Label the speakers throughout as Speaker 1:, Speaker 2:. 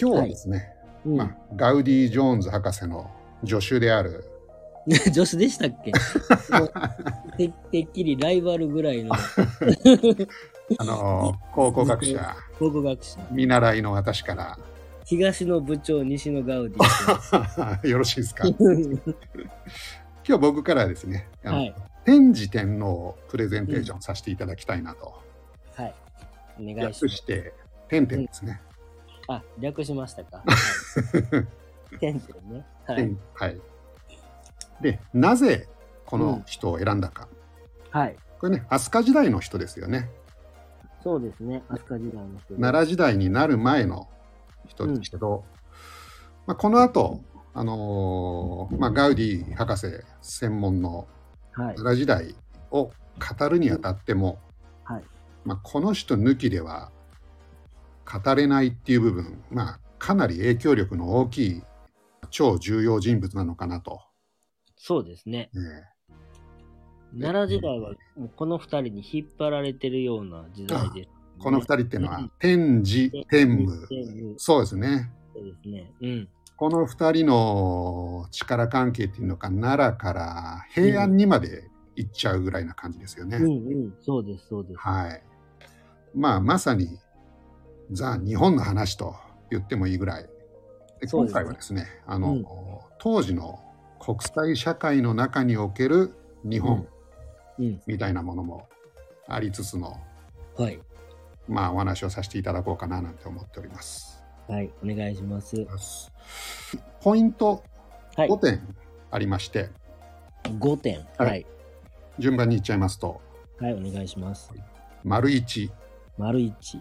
Speaker 1: 今日はですね、
Speaker 2: うん
Speaker 1: まあ、ガウディ・ジョーンズ博士の助手である、
Speaker 2: 助手でしたっ けもうててっきりライバルぐらいの
Speaker 1: あの、考古学者、
Speaker 2: 考古学者。
Speaker 1: 見習いの私か
Speaker 2: 東の部長、西のガウディ。
Speaker 1: ら、 よろしいですか今 日僕からはですね、あの
Speaker 2: はい
Speaker 1: 天智天皇をプレゼンテーションさせていただきたいなと。
Speaker 2: はい。お願いし
Speaker 1: 略
Speaker 2: ま
Speaker 1: し
Speaker 2: す。
Speaker 1: て、天天ですね。
Speaker 2: あ、略しまし たか。はい、テントね。はい。
Speaker 1: 天 はい。で、なぜこの人を選んだか。
Speaker 2: はい。
Speaker 1: これね、飛鳥時代の人ですよね。
Speaker 2: そうですね。飛鳥時代の人で。
Speaker 1: 奈良時代になる前の人ですけど、まあ、この後、あのーまあ、ガウディ博士専門の
Speaker 2: はい。
Speaker 1: 奈良時代を語るにあたっても、
Speaker 2: はい
Speaker 1: まあ、この人抜きでは語れないっていう部分、まあ、かなり影響力の大きい超重要人物なのかなと。
Speaker 2: そうですね。
Speaker 1: ええ
Speaker 2: 奈良時代は、もうこの二人に引っ張られてるような時代です、
Speaker 1: この二人っていうのは、
Speaker 2: うん
Speaker 1: 天智、天武。
Speaker 2: 天武
Speaker 1: そうですね。
Speaker 2: そうですね。うん。
Speaker 1: この二人の力関係っていうのか、奈良から平安にまで行っちゃうぐらいな感じですよね。
Speaker 2: うんうん。そうです、そうです。
Speaker 1: はい。まあ、まさに、ザ・日本の話と言ってもいいぐらい。で
Speaker 2: そ
Speaker 1: 今
Speaker 2: うですね
Speaker 1: 回はですね、あの、
Speaker 2: うん
Speaker 1: 当時の国際社会の中における日
Speaker 2: う
Speaker 1: 本
Speaker 2: んうん。
Speaker 1: みたいなものもありつつの、
Speaker 2: はい。
Speaker 1: まあ、お話をさせていただこうかななんて思っております。
Speaker 2: はい。お願いします。
Speaker 1: ポイント
Speaker 2: はい
Speaker 1: 5。点ありまして、
Speaker 2: 5点。
Speaker 1: はい
Speaker 2: はい。
Speaker 1: 順番にいっちゃいますと、
Speaker 2: はい、お願いします。
Speaker 1: 丸1、
Speaker 2: 丸一。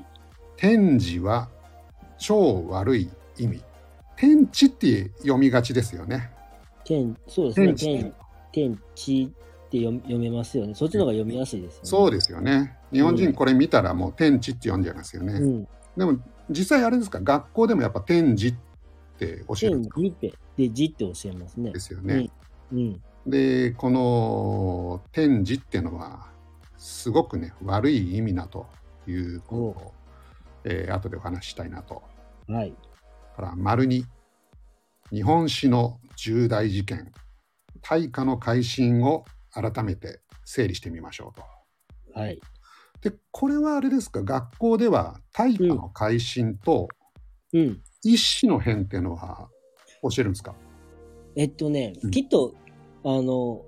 Speaker 1: 天智は超悪い意味。天地って読みがちですよね。
Speaker 2: 天、そうですね。
Speaker 1: 天地
Speaker 2: 天、天地って読読めますよね。そっちの方が読みやすいですよね。
Speaker 1: そうですよね。日本人これ見たらもう天地って読んじゃいますよね。
Speaker 2: うん。
Speaker 1: でも実際あれですか、学校でもやっぱ天智って教える
Speaker 2: 天
Speaker 1: ん
Speaker 2: 地って、で、字って教えますね
Speaker 1: で。すよね。
Speaker 2: うん。
Speaker 1: で、この天智ってのはすごくね、悪い意味だということを、えー後でお話ししたいなと
Speaker 2: はい。
Speaker 1: から丸2日本史の重大事件大化の改新を改めて整理してみましょう
Speaker 2: はい。
Speaker 1: と。でこれはあれですか学校では大化の改新と
Speaker 2: うん。
Speaker 1: 一子の変っていうのは教えるんですか、
Speaker 2: えっとね
Speaker 1: うん、
Speaker 2: きっと、あの、も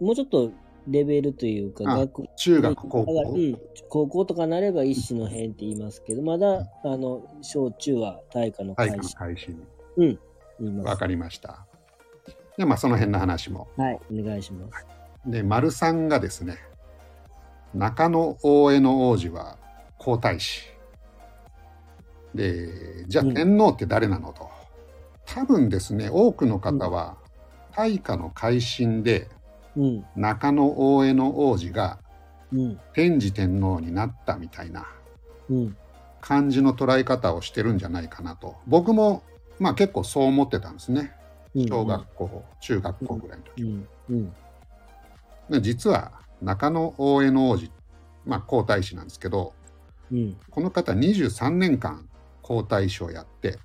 Speaker 2: うちょっとレベルというか、
Speaker 1: あ
Speaker 2: 学
Speaker 1: 中学高
Speaker 2: だから
Speaker 1: 校、
Speaker 2: うん、高校とかなれば一種の変って言いますけど、まだ、あの、小中は大化の
Speaker 1: 大
Speaker 2: 開
Speaker 1: 化の
Speaker 2: 始
Speaker 1: 改新
Speaker 2: 言いま
Speaker 1: わ
Speaker 2: す。
Speaker 1: かりました。でまあその辺の話も。
Speaker 2: はい、お願いします。
Speaker 1: で丸3がですね中野大江の王子は皇太子でじゃあ
Speaker 2: うん
Speaker 1: 天皇って誰なのと、多分ですね多くの方は大化の改新で
Speaker 2: うん、
Speaker 1: 中野大江の王子が
Speaker 2: うん、
Speaker 1: 天智天皇になったみたいな
Speaker 2: うん。
Speaker 1: 感じの捉え方をしてるんじゃないかなと僕もまあ結構そう思ってたんですね
Speaker 2: うん
Speaker 1: 小学校、中学校ぐらいの時、
Speaker 2: うん、うん、
Speaker 1: で実は中野大江の王子まあ皇太子なんですけど
Speaker 2: うん、
Speaker 1: この方23年間皇太子をやって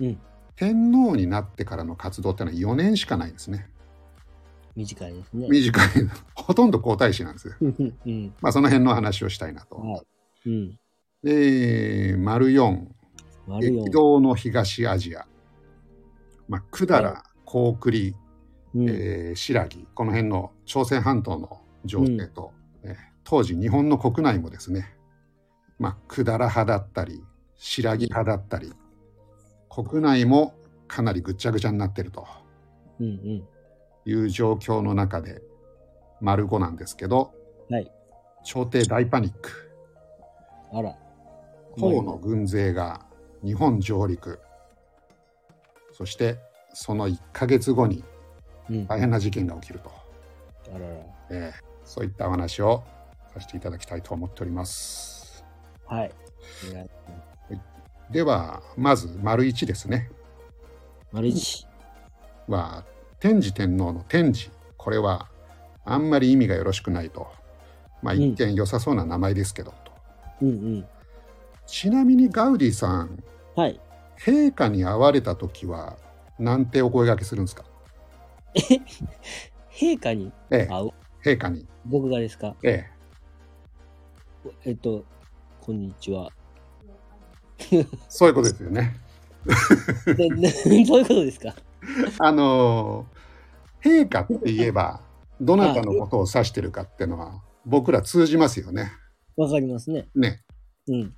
Speaker 2: うん。
Speaker 1: 天皇になってからの活動ってのは4年しかないんですね
Speaker 2: 短いですね。
Speaker 1: 短いほとんど皇太子なんです
Speaker 2: うん、うん、
Speaker 1: まあその辺の話をしたいなと、
Speaker 2: はい。うん。
Speaker 1: で丸4
Speaker 2: 丸四
Speaker 1: 激。動の東アジアまあ百
Speaker 2: は
Speaker 1: 済高栗、
Speaker 2: うん、
Speaker 1: えー新羅この辺の朝鮮半島の情勢と、ね当時日本の国内もですねまあ百済派だったり白木派だったり国内もかなりぐっちゃぐちゃになってると。
Speaker 2: うん、うん。
Speaker 1: いう状況の中で、丸5なんですけど、
Speaker 2: はい
Speaker 1: 朝廷大パニック、
Speaker 2: あら。
Speaker 1: 唐の軍勢が日本上陸、そしてその1ヶ月後に
Speaker 2: うん、
Speaker 1: 大
Speaker 2: あら
Speaker 1: 変な事件が起きると、
Speaker 2: ら。
Speaker 1: ええそういったお話をさせていただきたいと思っております。
Speaker 2: はい。お願い
Speaker 1: では、まず丸1ですね、
Speaker 2: 丸一。
Speaker 1: は天智天皇の天智、これはあんまり意味がよろしくないと、まあ、一見良さそうな名前ですけど、と。
Speaker 2: うん、うん。
Speaker 1: ちなみにガウディさん、
Speaker 2: はい。
Speaker 1: 陛下に会われた時はなんてお声掛けするんですか
Speaker 2: 陛下に
Speaker 1: え
Speaker 2: 会う
Speaker 1: え、陛下に。
Speaker 2: 僕がですか
Speaker 1: え
Speaker 2: えっと、こんにちは。
Speaker 1: え、そういうことですよね。
Speaker 2: ななどういうことですか
Speaker 1: あのー陛下って言えば、どなたのことを指してるかっていうのは、僕ら通じますよね。
Speaker 2: わかりますね。
Speaker 1: ね。
Speaker 2: うん。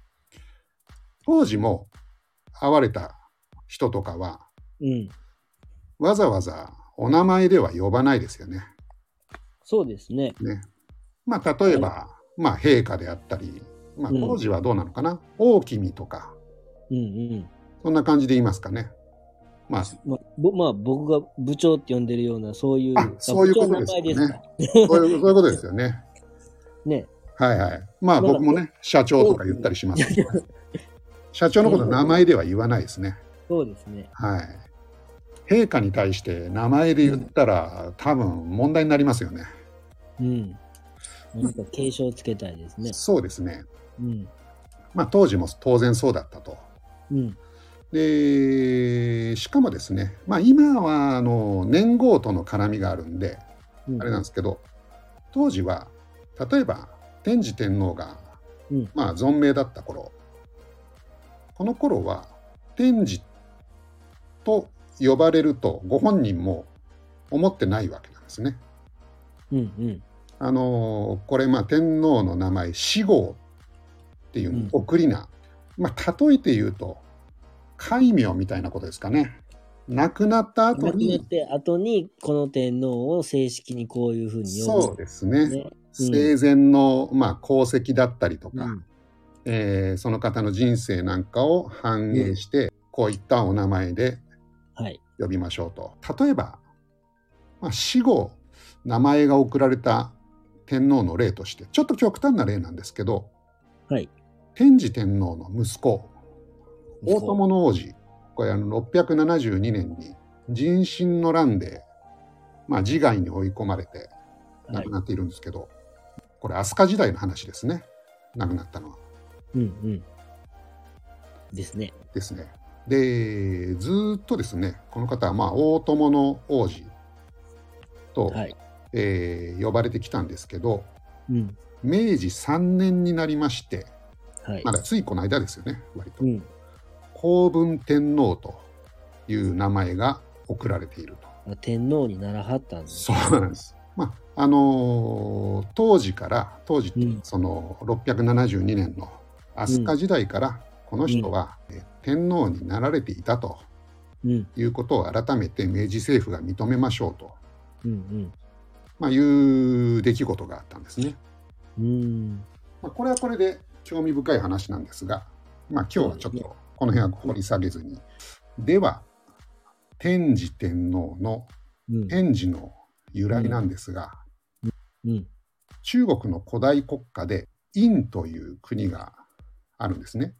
Speaker 1: 当時も会われた人とかは、
Speaker 2: うん。
Speaker 1: わざわざお名前では呼ばないですよね。
Speaker 2: そうですね。
Speaker 1: ね。まあ、例えば、まあ、陛下であったり、まあ、
Speaker 2: うん
Speaker 1: 当時はどうなのかな、大君とか、
Speaker 2: うんうん。
Speaker 1: そんな感じで言いますかね。まあ、
Speaker 2: まぼまあ、僕が部長って呼んでるような、そういう、
Speaker 1: あそういうこと
Speaker 2: 部長の名前
Speaker 1: です
Speaker 2: で
Speaker 1: よね
Speaker 2: すか。
Speaker 1: そういうそういうことですよね。
Speaker 2: ね。
Speaker 1: はいはい。まあ
Speaker 2: なんか
Speaker 1: 僕もね、社長とか言ったりしますけど。社長のこと名前では言わないですね。
Speaker 2: そうですね。
Speaker 1: はい。陛下に対して名前で言ったら、多分問題になりますよね。
Speaker 2: うん。なんか継承つけたいですね。
Speaker 1: そうですね。
Speaker 2: うん。
Speaker 1: まあ当時も当然そうだったと。
Speaker 2: うん。
Speaker 1: で、しかもですね、まあ今はあの年号との絡みがあるんで、
Speaker 2: うん、
Speaker 1: あれなんですけど、当時は、例えば天智天皇が、
Speaker 2: うん
Speaker 1: まあ存命だった頃、この頃は天智と呼ばれるとご本人も思ってないわけなんですね。
Speaker 2: うんうん。
Speaker 1: あのーこれまあ天皇の名前死号っていう
Speaker 2: うん
Speaker 1: の送り名、まあ例えて言うと戒名みたいなことですかね。亡くなった後
Speaker 2: 亡くなっ
Speaker 1: に
Speaker 2: て後に、この天皇を正式にこういうふうに呼ぶ。
Speaker 1: そうですね。
Speaker 2: ね。うん
Speaker 1: 生前の、まあ、功績だったりとか、
Speaker 2: うん
Speaker 1: えーその方の人生なんかを反映して、こういったお名前で
Speaker 2: はい。
Speaker 1: 呼びましょうと例えば、まあ、死後名前が贈られた天皇の例としてちょっと極端な例なんですけど
Speaker 2: はい。
Speaker 1: 天智天皇の息子大友の王子これあの672年に人心の乱で、まあ、自害に追い込まれて
Speaker 2: は
Speaker 1: 亡
Speaker 2: い
Speaker 1: く。なっているんですけど、これ飛鳥時代の話ですね亡くなったのは
Speaker 2: うんうん。ですね。
Speaker 1: ですねでずーっとですねこの方はまあ大友の王子と、
Speaker 2: はい。
Speaker 1: えー呼ばれてきたんですけど
Speaker 2: うん。
Speaker 1: 明治3年になりまして
Speaker 2: はい
Speaker 1: ま。だついこの間ですよね割と
Speaker 2: うん。
Speaker 1: 皇文天皇という名前が贈られていると
Speaker 2: あ天皇にならはったんです。
Speaker 1: うなんですまああのー当時から当時って
Speaker 2: うん
Speaker 1: その672年の飛鳥時代からこの人はえー天皇になられていたと
Speaker 2: うん。
Speaker 1: いうことを改めて明治政府が認めましょうと、
Speaker 2: うん
Speaker 1: まあ、いう出来事があったんですね。
Speaker 2: うん。うん。
Speaker 1: まあ、これはこれで興味深い話なんですが、まあ、今日はちょっとこの辺は掘り下げずに、では天智天皇の
Speaker 2: うん。
Speaker 1: 天智の由来なんですが、
Speaker 2: うん。
Speaker 1: 中国の古代国家で殷という国があるんですね。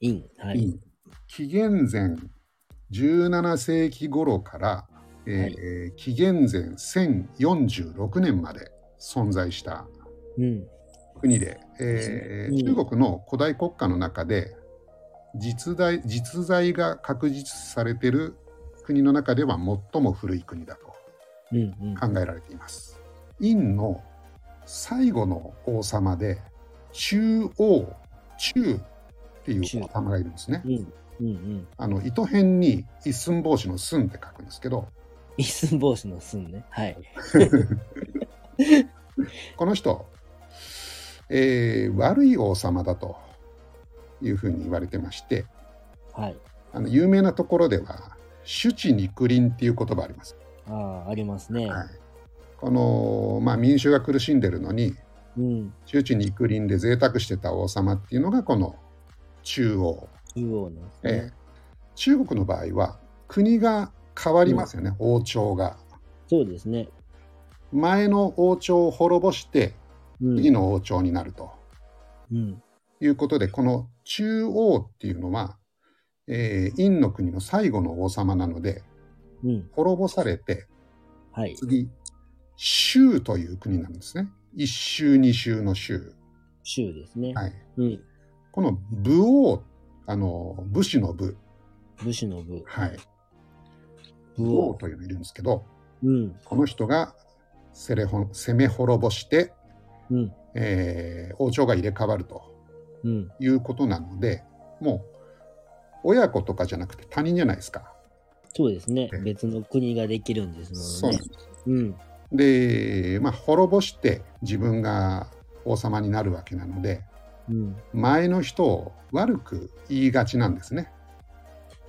Speaker 2: 陰。は
Speaker 1: 陰
Speaker 2: い。
Speaker 1: 紀元前17世紀頃から、えー紀元前1046年まで存在した
Speaker 2: うん。国
Speaker 1: 国で、えー
Speaker 2: ですねうん
Speaker 1: 中国の古代国家の中で実在実在が確実視されている国の中では最も古い国だと
Speaker 2: うんうん。
Speaker 1: 考えられています。殷の最後の王様で中王中っていう王様がいるんですね。
Speaker 2: うん。うんうん。
Speaker 1: あの糸辺に一寸法師の寸って書くんですけど、
Speaker 2: 一寸法師の寸ね。はい。
Speaker 1: この人、えー悪い王様だというふうに言われてまして、
Speaker 2: はい。
Speaker 1: あの有名なところでは、主治肉林っていう言葉あります。
Speaker 2: ああ、ありますね。
Speaker 1: はい、この、まあ、民衆が苦しんでるのに、
Speaker 2: うん。
Speaker 1: 主治肉林で贅沢してた王様っていうのが、この中央、
Speaker 2: 中央なんです
Speaker 1: えー
Speaker 2: ね。
Speaker 1: 中国の場合は、国が変わりますよね、王朝が。
Speaker 2: そうですね。
Speaker 1: 前の王朝を滅ぼして、
Speaker 2: うん。
Speaker 1: 次の王朝になると
Speaker 2: うん。
Speaker 1: いうことで、この中央っていうのは、えー、殷の国の最後の王様なので、
Speaker 2: うん。
Speaker 1: 滅ぼされて、
Speaker 2: はい。
Speaker 1: 次、州という国なんですね。一州二州の州。
Speaker 2: 州ですね。
Speaker 1: はい。
Speaker 2: うん。
Speaker 1: この武王、あの、武士の武、
Speaker 2: 武士の部。
Speaker 1: はい。
Speaker 2: 武
Speaker 1: 王
Speaker 2: 王。
Speaker 1: というのがいるんですけど、
Speaker 2: うん。
Speaker 1: この人が攻めほ攻め滅ぼして、
Speaker 2: うん。
Speaker 1: えー王朝が入れ替わると
Speaker 2: うん。
Speaker 1: いうことなので、もう親子とかじゃなくて他人じゃないですか。
Speaker 2: そうですね
Speaker 1: ええ。
Speaker 2: 別の国ができるんです
Speaker 1: そ
Speaker 2: も
Speaker 1: うんな
Speaker 2: ね
Speaker 1: ん。です。
Speaker 2: うん。
Speaker 1: で、まあ、滅ぼして自分が王様になるわけなので、
Speaker 2: うん。
Speaker 1: 前の人を悪く言いがちなんですね。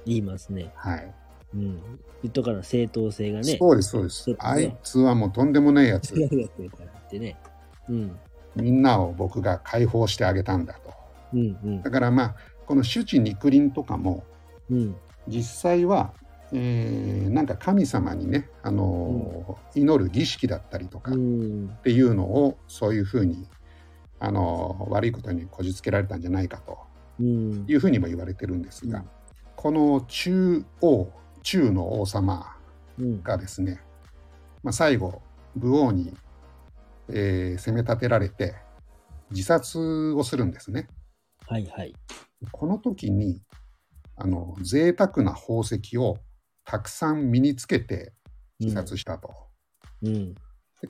Speaker 2: 言いますね。
Speaker 1: はい。
Speaker 2: うん。言っとから正当性がね。
Speaker 1: そうです、そうです。
Speaker 2: そうですね
Speaker 1: あいつはもうとんでもないやつ
Speaker 2: 違。うやつやからってね。うん。
Speaker 1: みんなを僕が解放してあげたんだと。
Speaker 2: うん
Speaker 1: だからまあ、この朱地肉林とかも、
Speaker 2: うん。うん。
Speaker 1: 実際は、えーなんか神様にね、あのー祈る儀式だったりとか
Speaker 2: う
Speaker 1: っ
Speaker 2: ん。
Speaker 1: ていうのを、そういうふうに、あのー悪いことにこじつけられたんじゃないかと
Speaker 2: うん。
Speaker 1: いうふうにも言われてるんですが、
Speaker 2: うん
Speaker 1: この中王、中の王様
Speaker 2: うん。
Speaker 1: がですね、まあ、最後武王に、えー攻め立てられて自殺をするんですね。
Speaker 2: はいはい。
Speaker 1: この時にあの贅沢な宝石をたくさん身につけて自殺したと。
Speaker 2: うん。
Speaker 1: で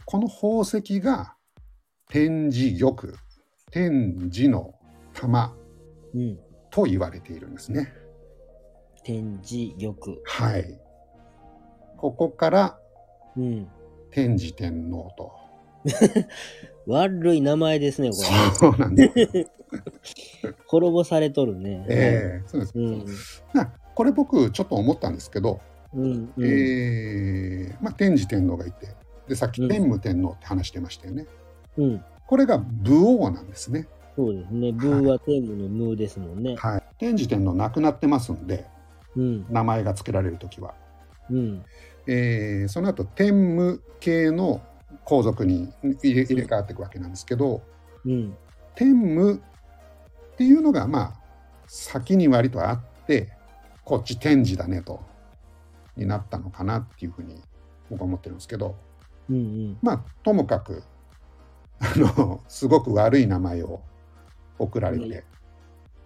Speaker 1: この宝石が天智玉天智の玉
Speaker 2: うん。
Speaker 1: と言われているんですね。
Speaker 2: 展示欲。
Speaker 1: はい。ここから
Speaker 2: うん。
Speaker 1: 天智天皇と。
Speaker 2: 悪い名前ですね、これ。
Speaker 1: そうなんですよ。
Speaker 2: 滅ぼされとるね。
Speaker 1: ええそうです。
Speaker 2: うん。
Speaker 1: なこれ僕ちょっと思ったんですけど、
Speaker 2: うん。うん。
Speaker 1: えーまあ、天智天皇がいてでさっ
Speaker 2: う
Speaker 1: き
Speaker 2: ん
Speaker 1: 天武天皇って話してましたよね、
Speaker 2: うん。
Speaker 1: これが武王なんですね、
Speaker 2: そうですね。ブーは天狗のムーですもんね。
Speaker 1: はい、天智天皇亡くなってますんで
Speaker 2: うん。
Speaker 1: 名前が付けられる時は、
Speaker 2: うん。
Speaker 1: えーその後天武系の皇族に入れ入れ替わっていくわけなんですけど
Speaker 2: うん。
Speaker 1: 天武っていうのがまあ先に割とあってこっち天智だねとになったのかなっていうふうに僕は思ってるんですけど
Speaker 2: うん。うん。
Speaker 1: まあ、ともかく、あの、すごく悪い名前を送られて、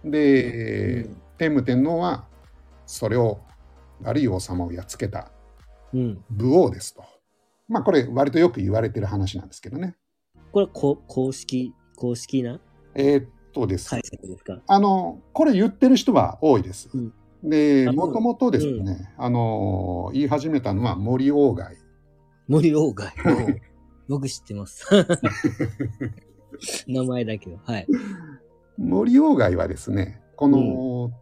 Speaker 1: で、
Speaker 2: うん
Speaker 1: 天武天皇は、それを悪い王様をやっつけた
Speaker 2: うん。
Speaker 1: 武王ですと。まあ、これ、割とよく言われてる話なんですけどね。
Speaker 2: これ、こ公式、公式な
Speaker 1: えーっとです、
Speaker 2: 解釈ですか
Speaker 1: あの、これ言ってる人は多いです。
Speaker 2: うん
Speaker 1: で、
Speaker 2: あ
Speaker 1: もともとですね、あの、言い始めたのは森鴎外。
Speaker 2: 森 鴎外。僕知ってます。名前だけど。はい。
Speaker 1: 森鴎外はですねこの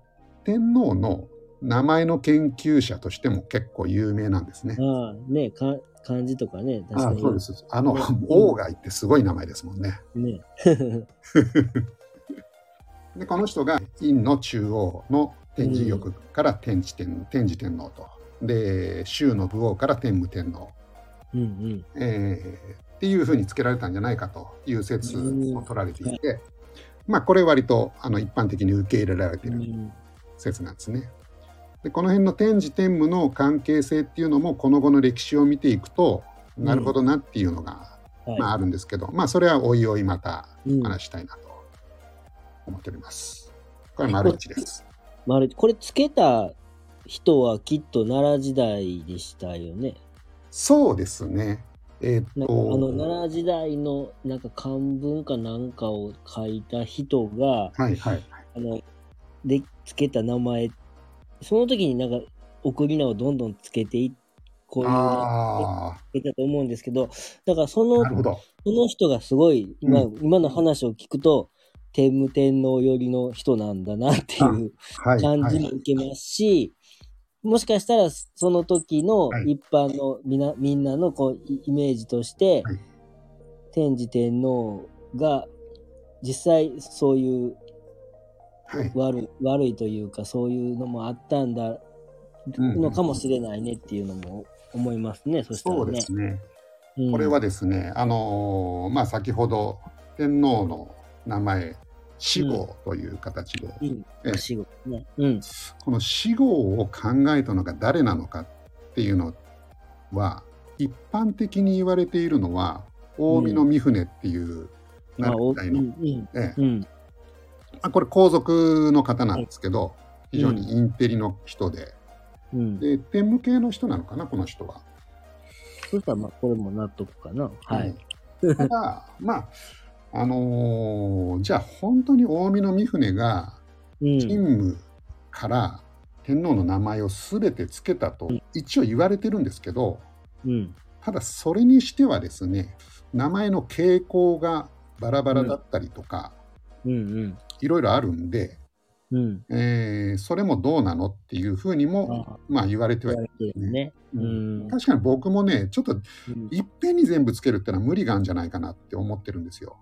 Speaker 1: 天皇の名前の研究者としても結構有名なんですね。
Speaker 2: ああ、ねか漢字とかね、確
Speaker 1: あ
Speaker 2: か
Speaker 1: あ
Speaker 2: に。
Speaker 1: そうです。あの、
Speaker 2: ね
Speaker 1: 鴎外ってすごい名前ですもんね。
Speaker 2: ね。
Speaker 1: で、この人が院の中央の天智玉から天智天天智天皇と。で、州の武王から天武天皇、
Speaker 2: うんうん。
Speaker 1: えーっていうふうにつけられたんじゃないかという説も取られていて、まあ、これ割とあの一般的に受け入れられて
Speaker 2: う
Speaker 1: る
Speaker 2: ん
Speaker 1: 説なんですね。でこの辺の天智天武の関係性っていうのもこの後の歴史を見ていくと
Speaker 2: うん
Speaker 1: なるほどなっていうのが、
Speaker 2: はい
Speaker 1: まあ、あるんですけどまあそれはおいおいまた
Speaker 2: うん
Speaker 1: 話したいなと思っております。これ丸一です。
Speaker 2: まるこれつけた人はきっと奈良時代でしたよね。
Speaker 1: そうですね。えー
Speaker 2: なん
Speaker 1: っ
Speaker 2: かあの
Speaker 1: と
Speaker 2: 奈良時代のなんか漢文かなんかを書いた人が
Speaker 1: はいはい
Speaker 2: あのでつけた名前その時になんか送り名をどんどんつけていこういうの
Speaker 1: あ
Speaker 2: つけたと思うんですけどだからそ
Speaker 1: あ
Speaker 2: の
Speaker 1: なるほど。
Speaker 2: その人がすごい今,、
Speaker 1: う
Speaker 2: 今の話を聞くと天武天皇寄りの人なんだなっていう
Speaker 1: はい
Speaker 2: 感
Speaker 1: は
Speaker 2: じも
Speaker 1: い、
Speaker 2: 受けますし、もしかしたらその時の
Speaker 1: はい
Speaker 2: 一般のみなみんなのこうイイメージとして、
Speaker 1: はい
Speaker 2: 天智天皇が実際そういう
Speaker 1: はい
Speaker 2: 悪い悪いというかそういうのもあったんだ
Speaker 1: うん
Speaker 2: のかもしれないねっていうのも思いますね、そしたらね。
Speaker 1: そうですね。
Speaker 2: うん
Speaker 1: これはですね、あのーまあ先ほど天皇の名前死後という形で、
Speaker 2: うん
Speaker 1: ええ
Speaker 2: 仕事ね。うん。
Speaker 1: この死後を考えたのが誰なのかっていうのは一般的に言われているのは近江の三船っていう
Speaker 2: まあ、
Speaker 1: 奈良
Speaker 2: おう
Speaker 1: 時代の、
Speaker 2: ん、
Speaker 1: ええ
Speaker 2: うん、
Speaker 1: まあ、これ皇族の方なんですけど、非常にインテリの人で、
Speaker 2: うん。
Speaker 1: で天武系の人なのかなこの人は。
Speaker 2: そしたら、まあ、これも納得かな。はい。
Speaker 1: うん。ただ まああのーじゃあ本当に近江の三船が
Speaker 2: うん。
Speaker 1: 勤務から天皇の名前を全て付けたと一応言われてるんですけど
Speaker 2: うん。
Speaker 1: ただそれにしてはですね名前の傾向がバラバラだったりとか、
Speaker 2: うん。
Speaker 1: いろいろあるんで、
Speaker 2: うん。うん。
Speaker 1: えーそれもどうなのっていうふうにも
Speaker 2: ああ、
Speaker 1: まあ言われては
Speaker 2: 言
Speaker 1: い
Speaker 2: わ
Speaker 1: る、
Speaker 2: れてるよね。うん。
Speaker 1: 確かに僕もねちょっと
Speaker 2: うん
Speaker 1: いっぺんに全部つけるってのは無理があるんじゃないかなって思ってるんですよ。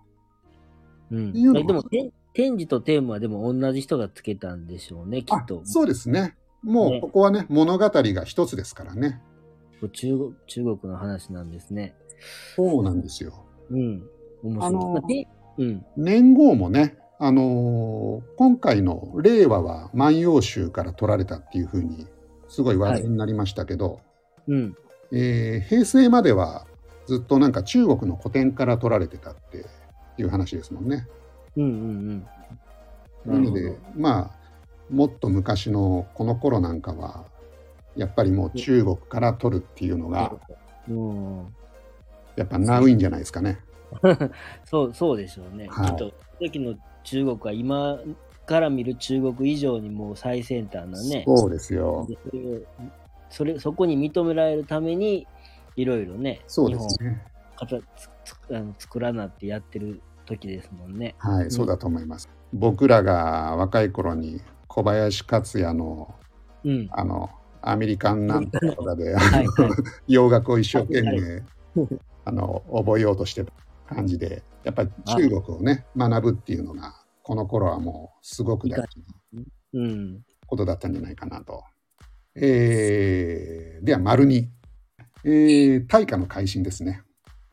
Speaker 2: うん
Speaker 1: ていうのは
Speaker 2: えでも、て天智と天武はでも同じ人がつけたんでしょうね、き
Speaker 1: あ
Speaker 2: っと。
Speaker 1: そうですねもう
Speaker 2: ね
Speaker 1: ここはね物語が一つですからね。
Speaker 2: 中国中国の話なんですね。
Speaker 1: そうなんですよ。
Speaker 2: うん。面白い。
Speaker 1: あのー
Speaker 2: まあてうん。
Speaker 1: 年号もね、あのー今回の令和は万葉集から取られたっていうふうにすごい話題になりましたけど、
Speaker 2: うん。
Speaker 1: えー平成まではずっとなんか中国の古典から取られてたっていう話ですもんね。
Speaker 2: うんうんうん。
Speaker 1: なの
Speaker 2: る
Speaker 1: で
Speaker 2: ほど
Speaker 1: まあもっと昔のこの頃なんかはやっぱりもう中国から取るっていうのが
Speaker 2: うん。
Speaker 1: やっぱナウいんじゃないですかね。
Speaker 2: そう、そうでしょうね。
Speaker 1: はい
Speaker 2: きっと、時の中国は今から見る中国以上にもう最先端なね。
Speaker 1: そうですよ。
Speaker 2: でそれをそれそこに認められるために、いろいろね、
Speaker 1: そうですね。
Speaker 2: 日本を形つつあの作らなってやってる時ですもんね。
Speaker 1: はい、
Speaker 2: ん
Speaker 1: そうだと思います。僕らが若い頃に小林克也の
Speaker 2: うん。
Speaker 1: あのアメリカンなんとかで
Speaker 2: はいはい。
Speaker 1: 洋楽を一生懸
Speaker 2: はい
Speaker 1: 命 あの覚えようとしてた感じで、やっぱり中国をね学ぶっていうのがこの頃はもうすごく大事な
Speaker 2: うん。
Speaker 1: ことだったんじゃないかなと。えーでは丸二、えー大化の改新ですね。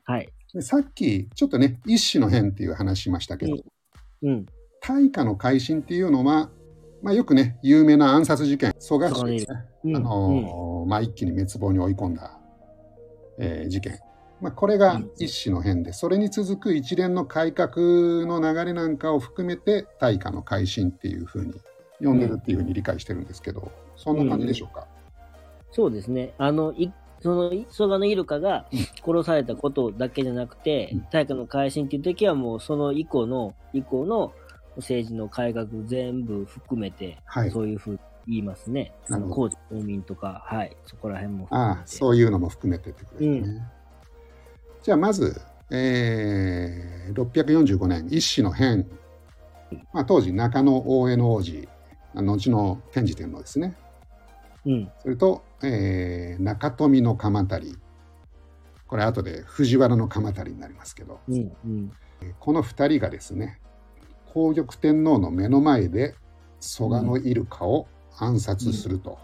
Speaker 2: はい。
Speaker 1: でさっきちょっとね一種の変っていう話しましたけど、
Speaker 2: うんうん。
Speaker 1: 大化の改新っていうのは、まあ、よくね有名な暗殺事件蘇我氏ですね、
Speaker 2: うん
Speaker 1: あのーまあ、一気に滅亡に追い込んだ、えー事件、まあ、これが一種の変でそれに続く一連の改革の流れなんかを含めて大化の改新っていうふうに呼んでるっていうふうに理解してるんですけど、そんな感じでしょうか、
Speaker 2: そうですね。あの、いその、い蘇我のイルカが
Speaker 1: うん
Speaker 2: 殺されたことだけじゃなくて
Speaker 1: うん、
Speaker 2: 大化の改新っていう時はもうその以降の、以降の政治の改革全部含めて、
Speaker 1: はい
Speaker 2: そういうふうに言いますね。
Speaker 1: な
Speaker 2: あ
Speaker 1: る
Speaker 2: の、
Speaker 1: ほ
Speaker 2: 高知公民とか、はい、そこら辺も含めて。
Speaker 1: ああそういうのも含めてってことですね、
Speaker 2: う
Speaker 1: じゃあまず、えー645年一種の変、まあ、当時中野大江の王子あ後の天智天皇ですね
Speaker 2: うん。
Speaker 1: それと、えー中富の鎌足りこれ後で藤原の鎌足りになりますけど
Speaker 2: うん。うん。
Speaker 1: この2人がですね皇極天皇の目の前で蘇我のイルカを暗殺すると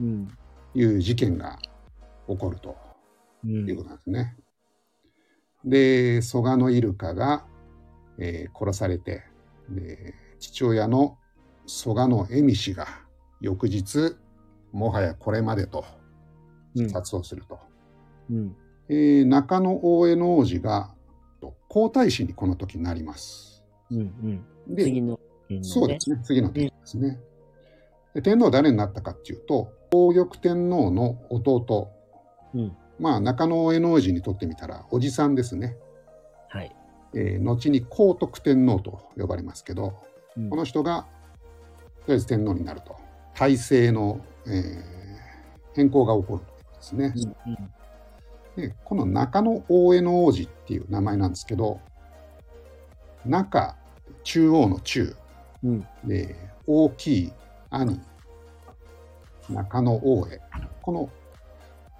Speaker 2: うん。
Speaker 1: いう事件が起こると。
Speaker 2: うん
Speaker 1: ということなんですね。で、蘇我のイルカが、えー殺されて、で父親の蘇我の恵美氏が翌日、もはやこれまでと
Speaker 2: うん
Speaker 1: 自殺をすると。
Speaker 2: うん。
Speaker 1: えー中野大江の王子がと皇太子にこの時なります。
Speaker 2: うん。うん。
Speaker 1: で、
Speaker 2: 次の、ね
Speaker 1: そうですね、次の天皇ですね。で天皇誰になったかっていうと、皇極天皇の弟、
Speaker 2: うん。
Speaker 1: まあ中野大江の王子にとってみたらおじさんですね。
Speaker 2: はい。
Speaker 1: えー後に皇徳天皇と呼ばれますけど
Speaker 2: うん
Speaker 1: この人がとりあえず天皇になると体制の、えー変更が起こるんですね、
Speaker 2: うん
Speaker 1: でこの中野大江の王子っていう名前なんですけど中中央の中
Speaker 2: うん。
Speaker 1: で大きい兄中野大江この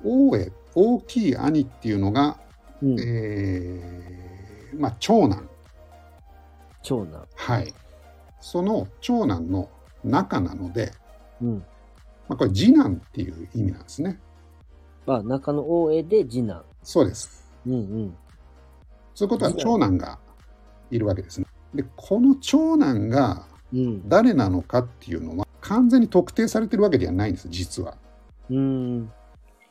Speaker 1: 大江大きい兄っていうのが、
Speaker 2: うん。うん。
Speaker 1: えーまあ、長男
Speaker 2: 長男。
Speaker 1: はい。その長男の中なので、
Speaker 2: うん。
Speaker 1: まあ、これ次男っていう意味なんですね。
Speaker 2: まあ、中野大江で次男。
Speaker 1: そうです。
Speaker 2: うんうん。
Speaker 1: そういうことは
Speaker 2: 次
Speaker 1: 長男
Speaker 2: 男
Speaker 1: がいるわけですね。で、この長男が
Speaker 2: うん。
Speaker 1: 誰なのかっていうのは完全に特定されてるわけではないんです、実は。
Speaker 2: うん。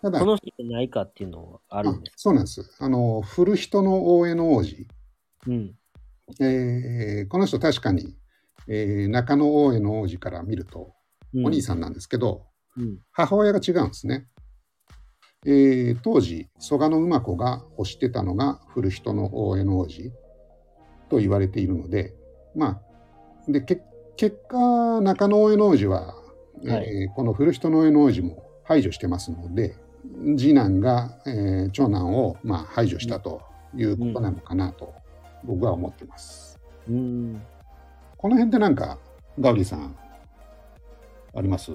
Speaker 1: ただ、
Speaker 2: この人じゃないかっていうのはあるんです。
Speaker 1: そうなんです。あの、古人の大江の王子。
Speaker 2: うん。
Speaker 1: えーこの人確かに、えー中野大江の王子から見ると、
Speaker 2: うん
Speaker 1: お兄さんなんですけど、
Speaker 2: うん。
Speaker 1: 母親が違うんですね。えー当時、蘇我の馬子が推してたのが古人の大江の王子と言われているので、まあ、で、け結果、中野大江の王子は、えー
Speaker 2: は
Speaker 1: この古人の大江の王子も排除してますので、次男が、えー長男を、まあ、排除したということなのかなと、僕は思ってます。
Speaker 2: うん。
Speaker 1: この辺でなんか、ガウリさん、あります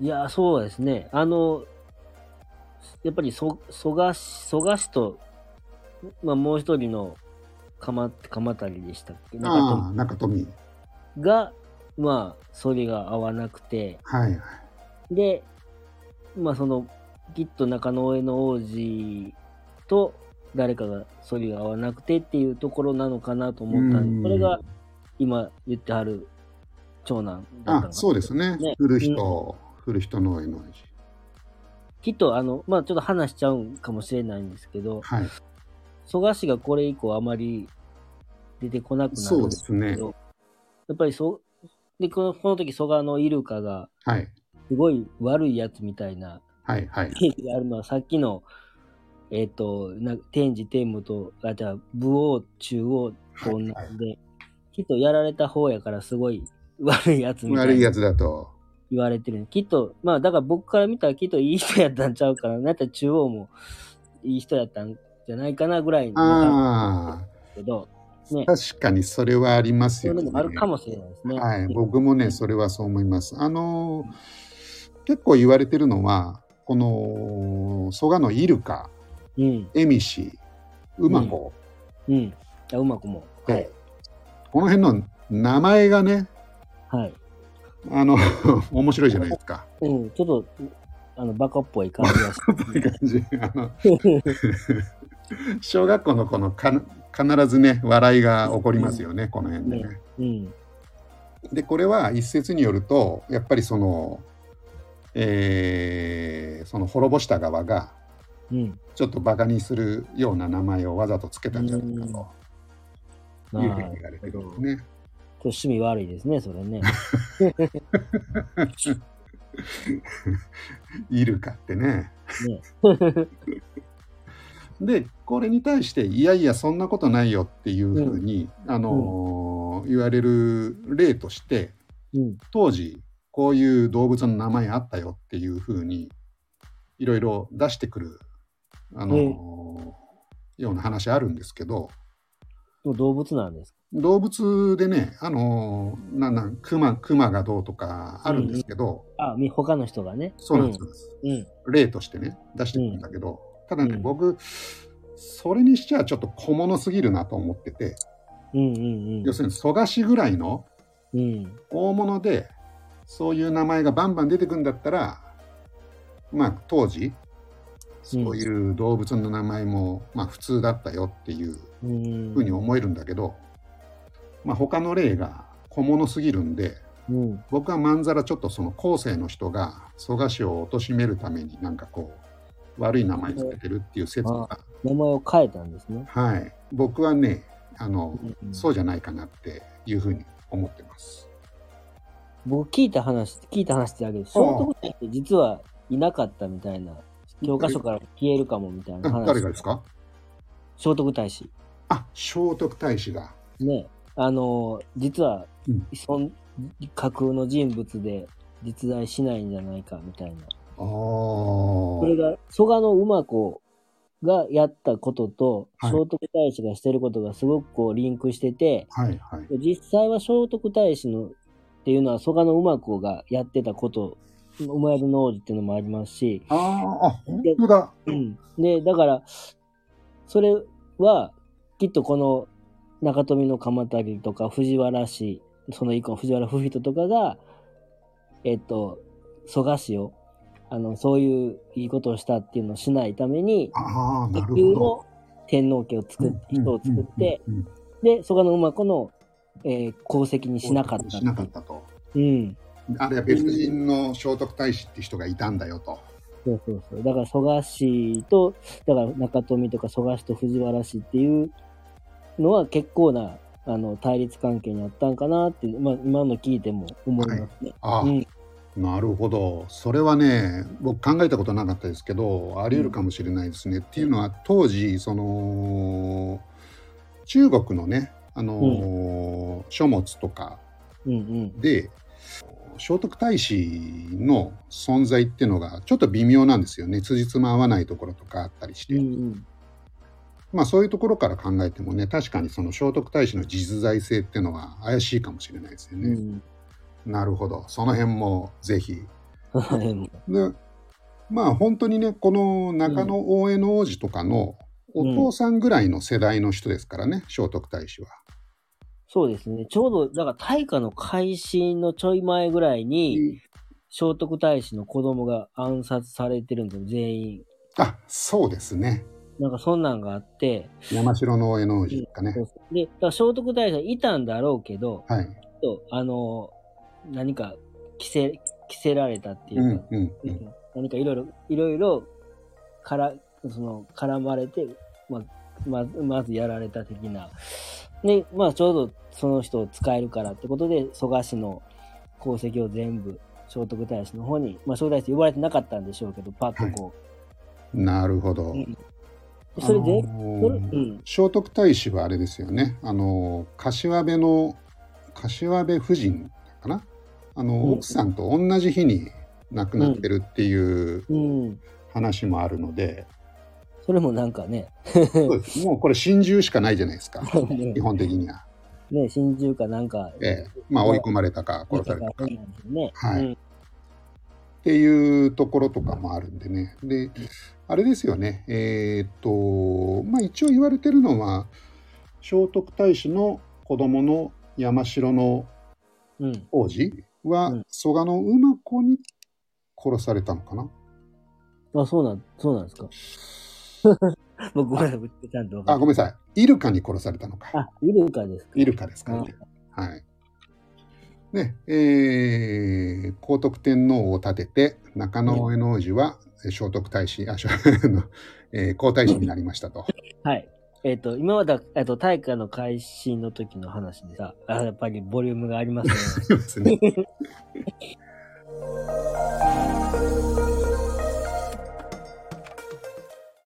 Speaker 2: いや、そうですね。あの、やっぱりそ、蘇我氏、蘇我氏と、まあ、もう一人の、かま、かまたりでしたっけなんか
Speaker 1: ああ、中富。
Speaker 2: とが、まあ、それが合わなくて、
Speaker 1: はいはい。
Speaker 2: で、まあ、その、きっと中野上の王子と、誰かが、それが合わなくてっていうところなのかなと思ったんで、これが、今言ってはる、長男だったのか
Speaker 1: あ
Speaker 2: な
Speaker 1: そうですね。
Speaker 2: ね
Speaker 1: 古人、古人の絵の字。
Speaker 2: きっとあの、まあちょっと話しちゃうんかもしれないんですけど、
Speaker 1: はい。
Speaker 2: 蘇我氏がこれ以降あまり出てこなくなる
Speaker 1: そ
Speaker 2: ん
Speaker 1: う
Speaker 2: で
Speaker 1: ですすね
Speaker 2: け。ど、やっぱりそ、で、このこの時蘇我のイルカが、
Speaker 1: はい。
Speaker 2: すごい悪いやつみたいな
Speaker 1: はいはい。
Speaker 2: イメージがあるのは、さっきの、えっ、と、な天智天武と、あ、じゃあ武王、中王と同じで、
Speaker 1: はい
Speaker 2: きっとやられた方やからすごい悪いやつみた
Speaker 1: 悪
Speaker 2: い
Speaker 1: い
Speaker 2: な
Speaker 1: やつだと。
Speaker 2: 言われてるきっと、まあだから僕から見たらきっといい人やったんちゃうかな。なんやったら中央もいい人やったんじゃないかなぐらいの
Speaker 1: あ
Speaker 2: けど、
Speaker 1: あ、
Speaker 2: ね
Speaker 1: 確かにそれはあります
Speaker 2: そうい
Speaker 1: よ
Speaker 2: う
Speaker 1: ね。
Speaker 2: のもあるかもしれないですね。
Speaker 1: はい。僕もね、それはそう思います。あのー結構言われてるのは、この、蘇我のイルカ、
Speaker 2: うん、
Speaker 1: エミシ、ウマコ、
Speaker 2: うん。あうまくも。はい。
Speaker 1: この辺の名前がね、
Speaker 2: はい。
Speaker 1: あの、 面白いじゃないですか。
Speaker 2: うん、ちょっと、あの、バカっぽい感じがし
Speaker 1: って感じ。あ の小学校の子のか必ずね笑いが起こりますよね、この辺でね。
Speaker 2: うん。
Speaker 1: でこれは一説によるとやっぱりその、えーその滅ぼした側が
Speaker 2: うん。
Speaker 1: ちょっとバカにするような名前をわざとつけたんじゃないかと
Speaker 2: まあ、
Speaker 1: いうふう
Speaker 2: ち
Speaker 1: に言われてるん
Speaker 2: ょ
Speaker 1: で
Speaker 2: っ
Speaker 1: すね。
Speaker 2: と趣味悪いですね、そ れね。
Speaker 1: イルカってね。
Speaker 2: ね
Speaker 1: でこれに対していやいやそんなことないよっていうふうに、あのー言われる例として
Speaker 2: うん。
Speaker 1: 当時こういう動物の名前あったよっていうふうにいろいろ出してくる、あのー
Speaker 2: え
Speaker 1: ような話あるんですけど
Speaker 2: でも動物なんです。
Speaker 1: 動物でね、あのーなんなんクマクマがどうとかあるんですけど、
Speaker 2: あ、み他の人がね。
Speaker 1: そうなんですよ、
Speaker 2: うん。
Speaker 1: 例としてね出してくるんだけど、ただね、
Speaker 2: うん
Speaker 1: 僕それにしちゃちょっと小物すぎるなと思ってて、
Speaker 2: うん。うん。
Speaker 1: 要するに蘇我氏ぐらいの
Speaker 2: うん。うん。
Speaker 1: 大物でそういう名前がバンバン出てくるんだったらまあ当時そういう動物の名前も、まあ普通だったよっていう
Speaker 2: うん。
Speaker 1: ふうに思えるんだけど、まあ他の例が小物すぎるんで
Speaker 2: うん。
Speaker 1: 僕はまんざらちょっとその後世の人が蘇我氏を貶めるためになんかこう悪い名前つけてるっていう説が、
Speaker 2: 名前を変えたんですね。
Speaker 1: はい、僕はねあの、
Speaker 2: うん
Speaker 1: そうじゃないかなっていうふうに思ってます。
Speaker 2: 僕聞いた話、聞いた話ってあるけど、聖徳太子って実はいなかったみたいな、教科書から消えるかもみたいな
Speaker 1: あ
Speaker 2: 話。
Speaker 1: 誰がですか
Speaker 2: 聖徳太子。
Speaker 1: あ聖徳太子だ。
Speaker 2: ね。あのー、実は、
Speaker 1: うん
Speaker 2: そん架空の人物で実在しないんじゃないかみたいな。
Speaker 1: あ
Speaker 2: これ
Speaker 1: ー
Speaker 2: が、蘇我の馬子がやったことと、
Speaker 1: はい
Speaker 2: 聖徳太子がしてることがすごくこうリンクしてて、
Speaker 1: はいはい。
Speaker 2: 実際は聖徳太子のっていうのは蘇我の馬子がやってたこと、馬宿の王子っていうのもありますし、
Speaker 1: あーあ、本当だ。
Speaker 2: で、だから、それは、きっとこの中富の鎌足りとか藤原氏、その以降藤原不人とかが、えっと、蘇我氏を、あの、そういういいことをしたっていうのをしないために、
Speaker 1: ああ、なるほ
Speaker 2: 一級
Speaker 1: ど。
Speaker 2: の天皇家を作っ人を作って、
Speaker 1: うん、うんうん
Speaker 2: で、蘇我の馬子の、えー功績にしなかった。
Speaker 1: しなかったと。
Speaker 2: うん。
Speaker 1: あれは別人の聖徳太子って人がいたんだよと。
Speaker 2: そうそうそう。だから蘇我氏と、だから中富とか蘇我氏と藤原氏っていうのは結構なあの対立関係にあったんかなって、まあ、今の聞いても思いますね。
Speaker 1: ああ、
Speaker 2: うん
Speaker 1: なるほど。それはね、僕考えたことなかったですけど、あり得るかもしれないですね。っていうのは、当時、その、中国のね、あのー書物とか
Speaker 2: うん
Speaker 1: で、聖徳太子の存在っていうのがちょっと微妙なんですよね。辻褄合わないところとかあったりして。
Speaker 2: うんうん
Speaker 1: まあそういうところから考えてもね、確かにその聖徳太子の実在性っていうのは怪しいかもしれないですよ
Speaker 2: うんう
Speaker 1: ね。
Speaker 2: ん
Speaker 1: なるほど。その辺もぜひ
Speaker 2: はい
Speaker 1: でまあ本当にねこの中野大江の王子とかのお父さんぐらいの世代の人ですからね、聖徳太子は。
Speaker 2: そうですね。ちょうど、だから大化の開始のちょい前ぐらいに、聖徳太子の子供が暗殺されてるんですよ、全員。
Speaker 1: あそうですね
Speaker 2: なんかそんなんがあって、
Speaker 1: 山城の大江の王子とかね
Speaker 2: そ。うそうで、だから聖徳太子はいたんだろうけど、
Speaker 1: はい。
Speaker 2: ちょっとあの、何か着せ、着せられたっていううんか、
Speaker 1: うんうん。
Speaker 2: 何かいろいろ、いろいろ、から、その、絡まれて、まあ、まず、まずやられた的な。で、まあ、ちょうどその人を使えるからってことで、蘇我氏の功績を全部、聖徳太子の方に、まあ、聖徳太子呼ばれてなかったんでしょうけど、パッとこ
Speaker 1: なるほど。
Speaker 2: うんう。それで、
Speaker 1: あの
Speaker 2: それう
Speaker 1: ー
Speaker 2: ん。
Speaker 1: 聖徳太子はあれですよね。あのー柏部の柏部夫人かな。あの、
Speaker 2: うん
Speaker 1: 奥さんと同じ日に亡くなってるっていう
Speaker 2: うん。
Speaker 1: 話もあるので、
Speaker 2: それもなんかね、
Speaker 1: そうですもうこれ心中しかないじゃないですか。
Speaker 2: ね
Speaker 1: 基本的には。
Speaker 2: ね、心中かなんか、
Speaker 1: ええ、まあ追い込まれたか殺されたかっ
Speaker 2: なんですよね。
Speaker 1: はい
Speaker 2: うん
Speaker 1: ていうところとかもあるんでね。で、あれですよね。えーっと、まあ一応言われてるのは、聖徳太子の子供の山城の
Speaker 2: うん。
Speaker 1: 王子は、
Speaker 2: うん
Speaker 1: 蘇我の馬子に殺されたのかな。
Speaker 2: あ、そうなん、そうなんですか。 僕、ごめんなさい、ちゃんとわかんない
Speaker 1: あ、ごめんなさい。イルカに殺されたのか。
Speaker 2: あ、イルカですか。
Speaker 1: イルカですからね。はい。ね、えー、皇徳天皇を立てて、中野上の王子は、えー聖徳太子、あ、しょあのえー皇太子になりましたと。
Speaker 2: はい。えっ、と、今まで、えっ、と、大会の開始の時の話でさ、あやっぱりボリュームがありますね。
Speaker 1: そうですね。